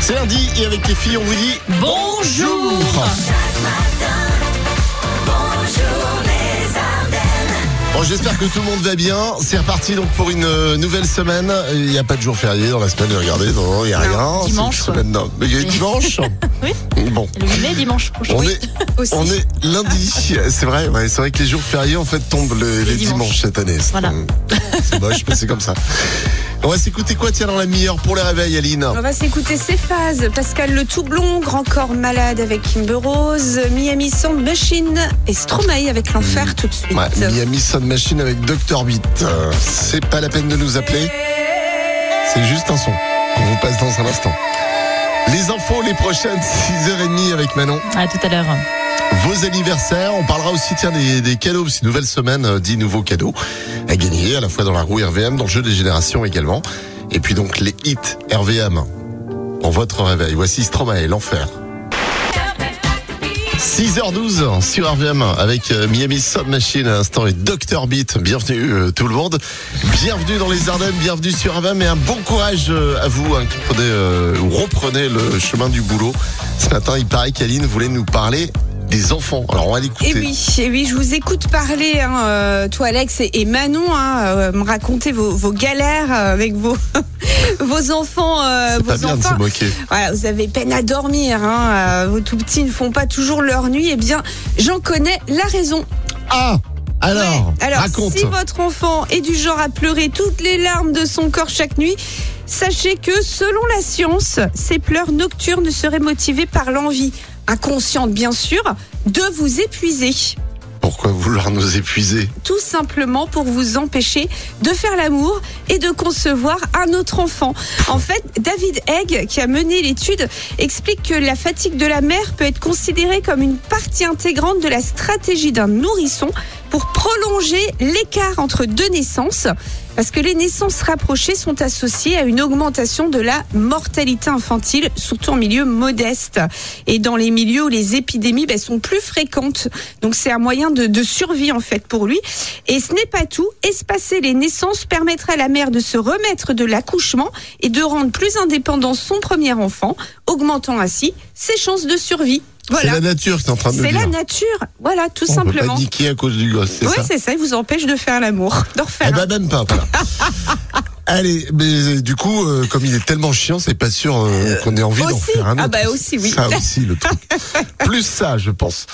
C'est lundi et avec les filles, on vous dit Bonjour Bon, j'espère que tout le monde va bien. C'est reparti donc pour une euh, nouvelle semaine. Il n'y a pas de jour férié dans la semaine. Regardez, non, il n'y a Non, rien. C'est dimanche, une semaine, non. Mais il y a eu Oui. dimanche. Oui. Bon. Le 8 mai, dimanche prochain. On est, aussi. on est lundi, c'est vrai, ouais, c'est vrai que les jours fériés en fait tombent le- les, dimanches. dimanches. cette année. C'est- Voilà. C'est moche, mais c'est comme ça. On va s'écouter quoi tiens dans la meilleure pour les réveils, Aline On va s'écouter ses phases. Pascal Le Toublon, Grand Corps Malade avec Kimber Rose, Miami Sound Machine et Stromae avec l'enfer tout de suite. Mmh. Ouais, Miami Sound Machine avec Dr Beat. Euh, c'est pas la peine de nous appeler. C'est juste un son qu'on vous passe dans un instant. Les infos les prochaines 6h30 avec Manon. À tout à l'heure. Vos anniversaires, on parlera aussi tiens des, des cadeaux, c'est une nouvelle semaine, euh, 10 nouveaux cadeaux à gagner, à la fois dans la roue RVM, dans le jeu des générations également. Et puis donc les hits RVM pour votre réveil. Voici Stromae, l'enfer. 6h12 sur RVM avec euh, Miami Sound Machine à l'instant et Dr Beat. Bienvenue euh, tout le monde. Bienvenue dans les Ardennes, bienvenue sur RVM et un bon courage euh, à vous hein, qui prenez, euh, ou reprenez le chemin du boulot. Ce matin, il paraît qu'Aline voulait nous parler des enfants. Alors on va l'écouter. Et Eh oui, et oui, je vous écoute parler, hein, euh, toi Alex et, et Manon, hein, euh, me raconter vos, vos galères euh, avec vos, vos enfants. euh, C'est vos pas bien de se enfants. moquer. Voilà, vous avez peine à dormir, hein, euh, vos tout petits ne font pas toujours leur nuit. Eh bien, j'en connais la raison. Ah Alors, Ouais. Alors, raconte. si votre enfant est du genre à pleurer toutes les larmes de son corps chaque nuit, sachez que selon la science, ces pleurs nocturnes seraient motivées par l'envie, inconsciente bien sûr, de vous épuiser. Pourquoi vouloir nous épuiser Tout simplement pour vous empêcher de faire l'amour et de concevoir un autre enfant. En fait, David Egg, qui a mené l'étude, explique que la fatigue de la mère peut être considérée comme une partie intégrante de la stratégie d'un nourrisson pour prolonger l'écart entre deux naissances, parce que les naissances rapprochées sont associées à une augmentation de la mortalité infantile, surtout en milieu modeste et dans les milieux où les épidémies ben, sont plus fréquentes. Donc c'est un moyen de, de survie en fait pour lui. Et ce n'est pas tout. Espacer les naissances permettrait à la mère de se remettre de l'accouchement et de rendre plus indépendant son premier enfant, augmentant ainsi ses chances de survie. C'est Voilà. la nature qui est en train de nous C'est la dire. nature. Voilà, tout On peut simplement. paniquer à cause du gosse, c'est Oui, ça c'est ça, il vous empêche de faire l'amour, d'en refaire. Eh un. ben même pas, voilà. Allez, mais euh, du coup, euh, comme il est tellement chiant, c'est pas sûr euh, qu'on ait envie d'en aussi. faire un autre. Ah bah aussi, oui. Ça aussi, le truc. Plus ça, je pense.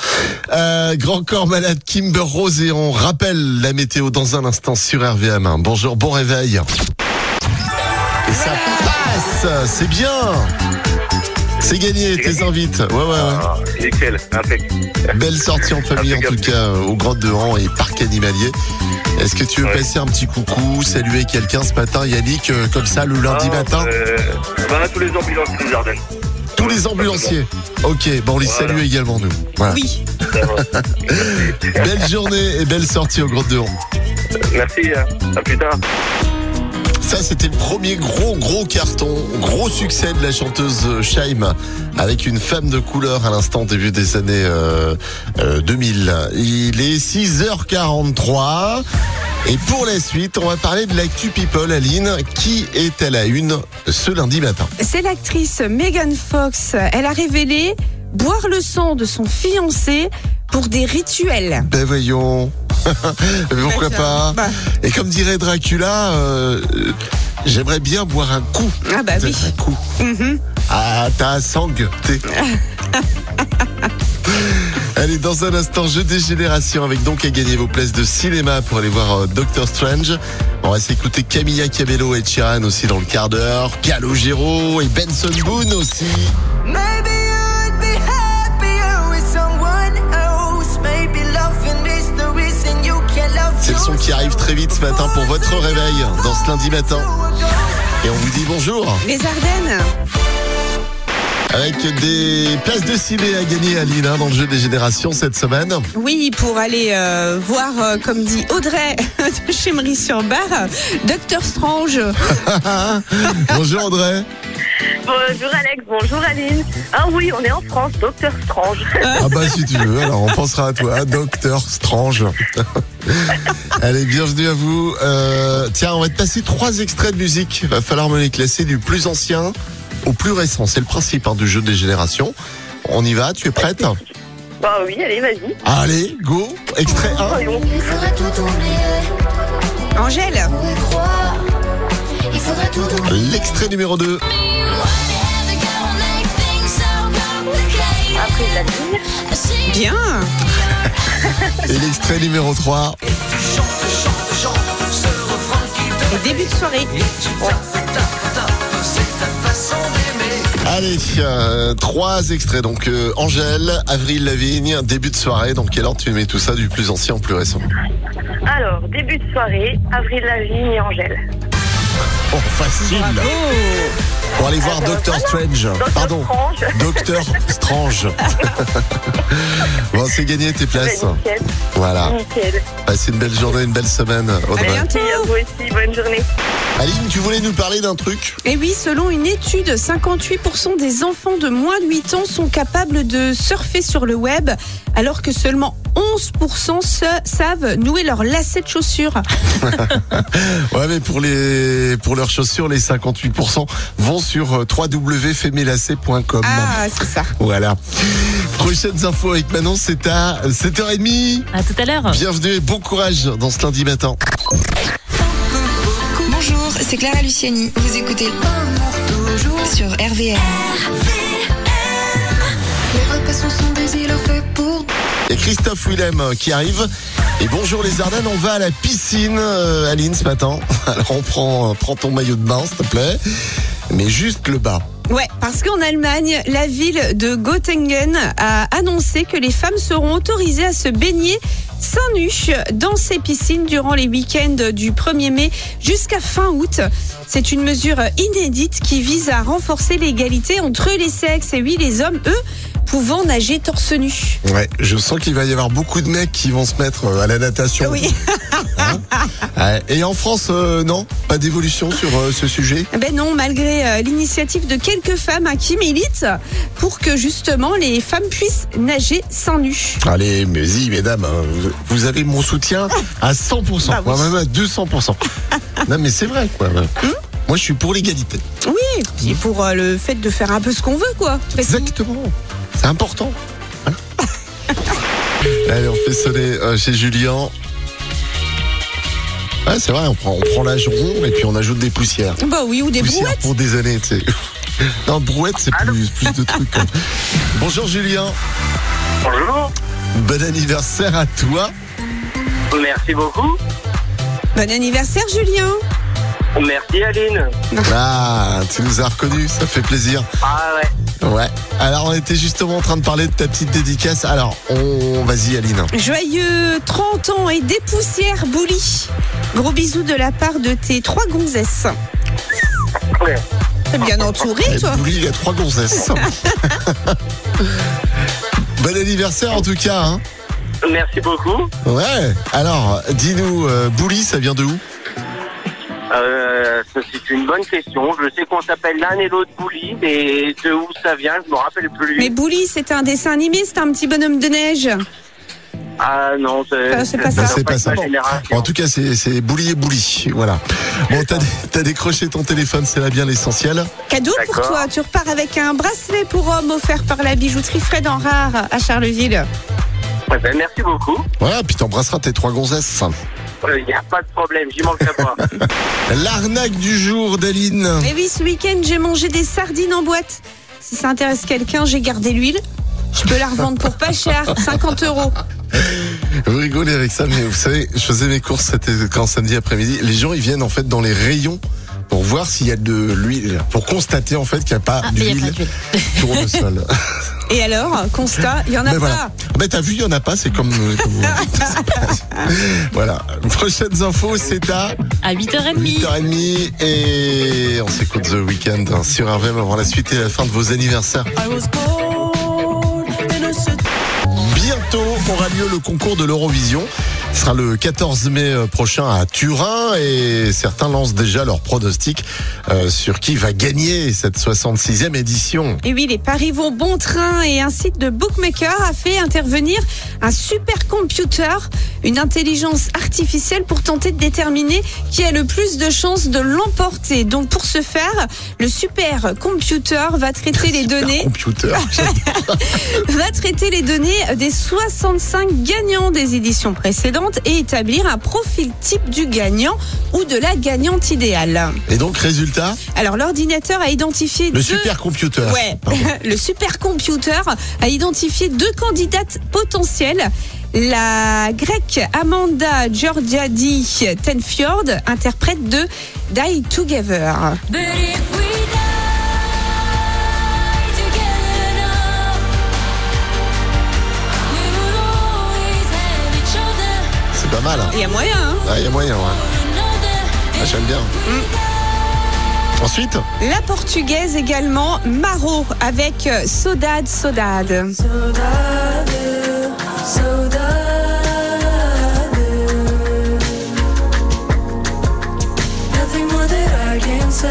Euh, grand corps malade, Kimber Rose, et on rappelle la météo dans un instant sur RVM. Bonjour, bon réveil. Et ça passe, c'est bien. C'est gagné, tes invites. Ouais, ouais, ouais. Ah, nickel, impec. Belle sortie en famille en tout cas euh, aux Grottes de Han et Parc Animalier. Est-ce que tu veux Ouais. passer un petit coucou, saluer quelqu'un ce matin, Yannick, euh, comme ça le lundi Ah, matin euh, ben, tous les ambulanciers des Ardennes. Tous les ambulanciers. Ok, bon, on les Voilà. salue également nous. Voilà. Oui. Ça va. Belle journée et belle sortie aux Grottes de Han. Merci, hein. à plus tard. Ça, c'était le premier gros, gros carton, gros succès de la chanteuse Shaim, avec une femme de couleur à l'instant, début des années euh, euh, 2000. Il est 6h43. Et pour la suite, on va parler de l'actu People, Aline. Qui est à la une ce lundi matin C'est l'actrice Megan Fox. Elle a révélé boire le sang de son fiancé pour des rituels. Ben voyons. Mais pourquoi Bah, pas bah, Et comme dirait Dracula, euh, euh, j'aimerais bien boire un coup. Ah bah oui. Mhm. Un coup. Ah, ta sangue, t'es. Allez, dans un instant, jeu des générations avec donc à gagner vos places de cinéma pour aller voir euh, Doctor Strange. On va s'écouter Camilla Cabello et Chiran aussi dans le quart d'heure. Calogero et Benson Boone aussi. Maybe I'd be happier with someone else. Maybe loving is the reason you can't love C'est le son qui arrive très vite ce matin pour votre réveil dans ce lundi matin. Et on vous dit bonjour Les Ardennes. avec des places de ciné à gagner à Lille hein, dans le jeu des générations cette semaine. Oui, pour aller euh, voir, euh, comme dit Audrey de Chemery sur Bar, Docteur Strange. bonjour André. Bonjour Alex, bonjour Aline. Ah oui, on est en France, Docteur Strange. Ah bah si tu veux, alors on pensera à toi, Docteur Strange. Allez, bienvenue à vous. Euh, tiens, on va te passer trois extraits de musique. Va falloir me les classer du plus ancien au plus récent. C'est le principe hein, du jeu des générations. On y va, tu es prête Bah oui, allez, vas-y. Allez, go Extrait 1. Voyons. Il faudrait tout oublier, Angèle, pour y croire. Il faudrait tout oublier. L'extrait numéro 2. Après de la ligne. bien. Et l'extrait numéro 3. Et début de soirée. Allez, euh, trois extraits. Donc, euh, Angèle, Avril Lavigne, début de soirée. Donc, quelle heure tu mets tout ça du plus ancien au plus récent Alors, début de soirée, Avril Lavigne et Angèle. Oh, facile Pour aller Ah, voir Doctor Strange. Doctor Pardon. Strange. Docteur Strange. bon, c'est Ah. gagné tes places. Bah, nickel, Voilà. nickel. Passez une belle journée, une belle semaine, À Audrey. bientôt. Et à vous aussi, bonne journée. hein. Aline, tu voulais nous parler d'un truc Et Eh oui, selon une étude, 58% des enfants de moins de 8 ans sont capables de surfer sur le web, alors que seulement 11% sa- savent nouer leur lacet de chaussures. Ouais, mais pour les pour leurs chaussures, les 58% vont sur euh, www.femelacé.com. Ah, c'est ça. Voilà. Prochaines infos avec Manon, c'est à 7h30. À tout à l'heure. Bienvenue et bon courage dans ce lundi matin. Bonjour, c'est Clara Luciani. Vous écoutez sur RVM. Les repas sont sans désir, fait pour Et Christophe Willem euh, qui arrive. Et bonjour les Ardennes, on va à la piscine, euh, Aline, ce matin. Alors on prend, euh, prend ton maillot de bain, s'il te plaît. Mais juste le bas. Ouais, parce qu'en Allemagne, la ville de Göttingen a annoncé que les femmes seront autorisées à se baigner seins nus dans ses piscines durant les week-ends du 1er mai jusqu'à fin août. C'est une mesure inédite qui vise à renforcer l'égalité entre les sexes et oui, les hommes, eux, pouvant nager torse nu. Ouais, je sens qu'il va y avoir beaucoup de mecs qui vont se mettre euh, à la natation. Hein Oui. Ouais. Et en France, euh, non, pas d'évolution sur euh, ce sujet. Ben non, malgré euh, l'initiative de quelques femmes hein, qui militent pour que justement les femmes puissent nager seins nus. Allez, mais y mesdames, hein, vous- vous avez mon soutien à 100%, Bah oui. Hmm voire même à 200%. non, mais c'est vrai, quoi. Moi, je suis pour l'égalité. Oui, puis pour euh, le fait de faire un peu ce qu'on veut, quoi. Exactement. C'est important. Hein Allez, on fait sonner euh, chez Julien. Ouais, c'est vrai, on prend, on prend l'âge rond et puis on ajoute des poussières. Bah oui, ou des Poussières brouettes. hein, pour des années, tu sais. Non, brouette, c'est plus, plus de trucs. hein. Bonjour Julien, Bonjour. bon anniversaire à toi. Merci beaucoup. Bon anniversaire, Julien. Merci Aline. Ah, tu nous as reconnus, ça fait plaisir. Ah ouais. Ouais. Alors, on était justement en train de parler de ta petite dédicace. Alors, on... vas-y, Aline. Joyeux 30 ans et des poussières, Bouli. Gros bisous de la part de tes trois gonzesses. Ouais. T'es bien entouré, Mais toi. Bouli, il y a trois gonzesses. bon anniversaire, en tout cas. hein. Merci beaucoup. Ouais. Alors, dis-nous, euh, Bouli, ça vient de où Euh, ça, c'est une bonne question. Je sais qu'on s'appelle l'un et l'autre Bouli, mais de où ça vient, je me rappelle plus. Mais Bouli, c'était un dessin animé, c'était un petit bonhomme de neige. Ah non, Ah, c'est c'est pas Bah, ça. c'est pas ça. ma génération. En tout cas, c'est c'est Bouli et Bouli. Voilà. Bon, t'as t'as décroché ton téléphone, c'est là bien l'essentiel. Cadeau pour D'accord. toi. Tu repars avec un bracelet pour homme offert par la bijouterie Fred en rare à Charleville. Eh ben, merci beaucoup. Voilà, puis t'embrasseras tes trois gonzesses. Il n'y a pas de problème, j'y manque pas. L'arnaque du jour d'Aline. Mais Eh oui, ce week-end, j'ai mangé des sardines en boîte. Si ça intéresse quelqu'un, j'ai gardé l'huile. Je peux la revendre pour pas cher, 50 euros. Vous rigolez avec ça, mais vous savez, je faisais mes courses cet- quand samedi après-midi. Les gens, ils viennent en fait dans les rayons pour voir s'il y a de l'huile, pour constater en fait qu'il n'y a pas Ah, mais il n'y a pas d'huile d'huile. tournesol. Et alors, constat, il y en a Mais pas. voilà. Ben t'as vu, il n'y en a pas, c'est comme. euh, comme- c'est pas- voilà. Prochaines infos, c'est à À 8h30. 8h30 et on s'écoute The Weeknd hein, sur RVM avant la suite et la fin de vos anniversaires. Bientôt aura lieu le concours de l'Eurovision. Ce sera le 14 mai euh, prochain à Turin et certains lancent déjà leur pronostic euh, sur qui va gagner cette 66e édition. Et oui, les paris vont bon train et un site de bookmaker a fait intervenir un supercomputer, une intelligence artificielle pour tenter de déterminer qui a le plus de chances de l'emporter. Donc pour ce faire, le supercomputer va traiter les données Computer. va traiter les données des 65 gagnants des éditions précédentes et établir un profil type du gagnant ou de la gagnante idéale. Et donc, résultat, Alors l'ordinateur a identifié le deux... supercomputer. Ouais, Pardon. le supercomputer a identifié deux candidates potentielles. La grecque Amanda Georgiadi Tenfjord, interprète de Die Together. C'est pas mal. hein. Il y a moyen, hein Ah, Il y a moyen, ouais. Ah, J'aime bien. Mm. Ensuite, La portugaise également, Maro, avec euh, Saudade, Saudade.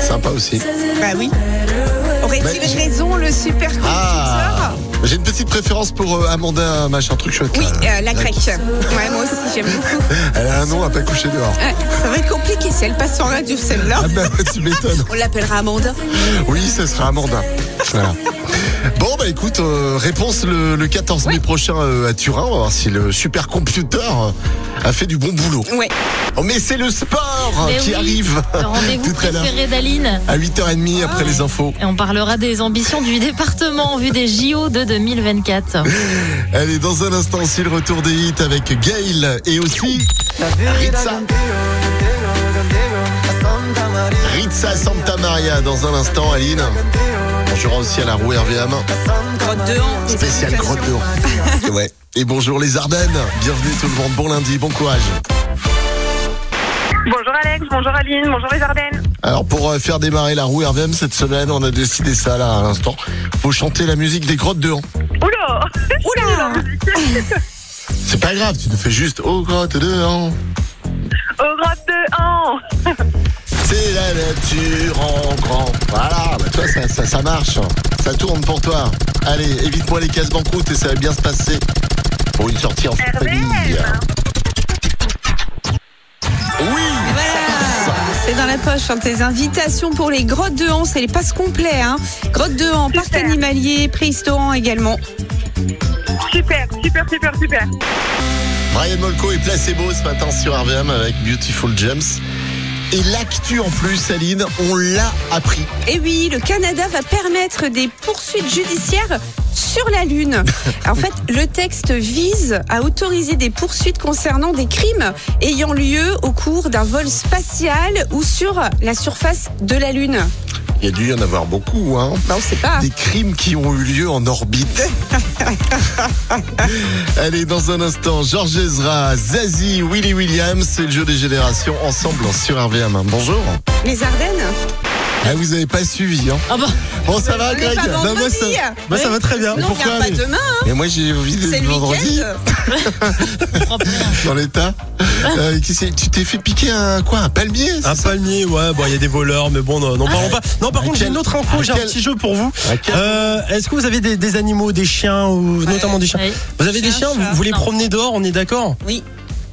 sympa aussi. Bah oui. Aurait-il Mais- raison le supercomputer Ah J'ai une petite préférence pour euh, Amanda, machin, truc chouette. Oui, là. euh, la grecque. Ouais, moi aussi, j'aime beaucoup. Elle a un nom à pas coucher dehors. Ouais, ça va être compliqué si elle passe en radio, celle-là. Ah bah, tu m'étonnes. On l'appellera Amanda. Oui, ce sera Amanda. Voilà. Bon, bah écoute, euh, réponse le, le 14 mai prochain euh, à Turin. On va voir si le supercomputer euh, a fait du bon boulot. Ouais. Oh, mais c'est le sport Mais qui Eh oui, arrive Le rendez-vous tout à l'heure préféré Ah d'Aline. à 8h30 après les infos. Et on parlera des ambitions du département en vue des JO de 2024. Allez, dans un instant, c'est le retour des hits avec Gail et aussi Ritza. Ritza Santa Maria dans un instant, Aline. On jouera aussi à la roue RVM. Grotte de Han. Spécial grotte de Rouen. Ouais. Et bonjour les Ardennes. Bienvenue tout le monde. Bon lundi, bon courage. Bonjour Alex, bonjour Aline, bonjour les Ardennes. Alors pour euh, faire démarrer la roue RVM cette semaine, on a décidé ça là à l'instant. Faut chanter la musique des grottes de Han. Oula Oula C'est pas grave, tu nous fais juste aux grottes de Han. Au grotte de Han C'est la nature en grand. Voilà, bah, toi, ça, ça, ça marche. hein. Ça tourne pour toi. Allez, évite-moi les cases bancoutes et ça va bien se passer. Pour une sortie en famille. Oui Voilà. C'est dans la poche, hein, tes invitations pour les grottes de Han, c'est les passes complets. Hein. Grottes de Han, parc Super. animalier, préhistorant également. Super, super, super, super. Brian Molko est placebo ce matin sur RVM avec Beautiful James. Et l'actu en plus, Aline, on l'a appris. Et Eh oui, le Canada va permettre des poursuites judiciaires sur la Lune. En fait, le texte vise à autoriser des poursuites concernant des crimes ayant lieu au cours d'un vol spatial ou sur la surface de la Lune. Il y a dû y en avoir beaucoup, hein. Bah, on sait pas. Des crimes qui ont eu lieu en orbite. Allez, dans un instant, Georges Ezra, Zazie, Willy Williams, c'est le jeu des générations ensemble sur RVM. Bonjour. Les Ardennes Ah, vous avez pas suivi, hein. Ah bah, Bon, ça va, On est Greg pas Non, moi, ça, vendredi. moi, ça va très bien. Non, on vient pas mais- demain, hein, mais moi, j'ai envie c'est d'être le vendredi week-end. dans l'état. Euh, qu'est-ce que- tu t'es fait piquer un quoi Un palmier c'est Un ça Ah. palmier, ouais, bon, il y a des voleurs, mais bon, non, n'en parlons pas. Non, par À contre, j'ai quel- une autre info, à j'ai un quel- petit jeu pour vous. À quel- Euh, Est-ce que vous avez des, des animaux, des chiens, ou notamment des chiens oui. Vous avez des Chien, chiens, vous, chat, vous les non. promenez dehors, on est d'accord Oui.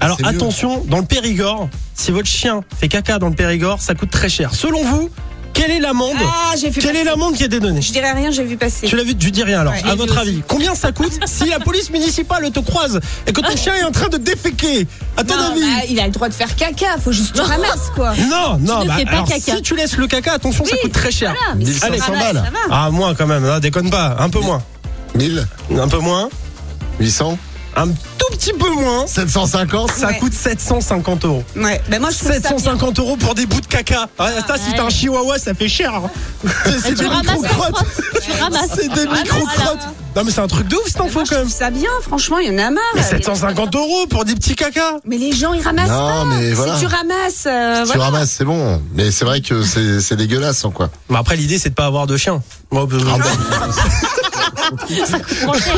Alors C'est mieux. attention, dans le Périgord, si votre chien fait caca dans le Périgord, ça coûte très cher. Selon vous, quelle est l'amende Ah, j'ai vu Quelle passer. est l'amende qui a été donnée Je dirais rien, j'ai vu passer. tu l'as vu, tu dis rien alors. Ouais, je à l'ai votre vu avis, combien ça coûte si la police municipale te croise et que ton chien est en train de déféquer À ton Non, avis bah, il a le droit de faire caca, faut juste que tu ramasses quoi. Non, non, ne bah, fais pas alors, caca. si tu laisses le caca, attention, ça Oui, coûte très cher. voilà, mais 1500 Allez, ça va, balles. ça va. Ah, moins quand même, hein, déconne pas, un peu moins. 1000 Un peu moins, 800 un tout petit peu moins. 750 Ça Ouais. coûte 750 euros. Ouais, bah moi je trouve ça bien. 750 euros pour des bouts de caca. Ah, ça, si ouais. t'as un chihuahua, ça fait cher. hein. C'est- C'est tu des ramasses la micro-crottes. crotte. Tu ramasses. C'est des Vraiment, micro-crottes. Non, mais c'est un truc de ouf cette info Moi, je quand même. trouve ça bien, franchement, il y en a marre. Mais 750 euros pour des petits cacas. Mais les gens, ils ramassent Non, pas. mais voilà. Si tu ramasses, euh, Tu voilà. ramasses, c'est bon. Mais c'est vrai que c'est c'est dégueulasse, hein, quoi. Bah après, l'idée, c'est de pas avoir de chien. Moi, euh, Mon cher,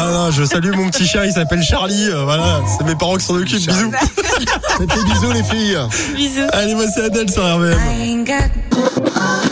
Non, non, je salue mon petit chien, il s'appelle Charlie. euh, voilà, c'est mes parents qui s'en occupent. Charlie. Bisous. Mettez bisous, les filles. bisous. Allez, moi, c'est Adèle sur RVM. I ain't got